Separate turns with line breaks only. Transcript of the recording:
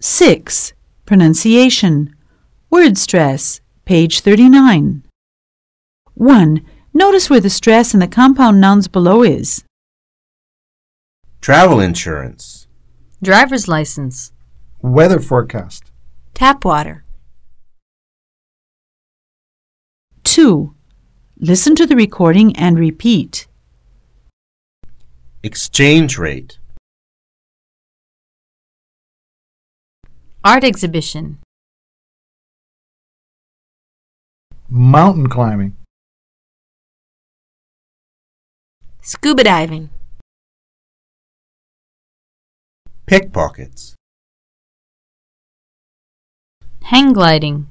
6. Pronunciation. Word stress. Page 39. 1. Notice where the stress in the compound nouns below is.
travel insurance,
driver's license,
Weather forecast.
tap water,
2. Listen to the recording and repeat.
exchange rate,
art exhibition,
Mountain climbing.
scuba diving,
pickpockets,
hang gliding,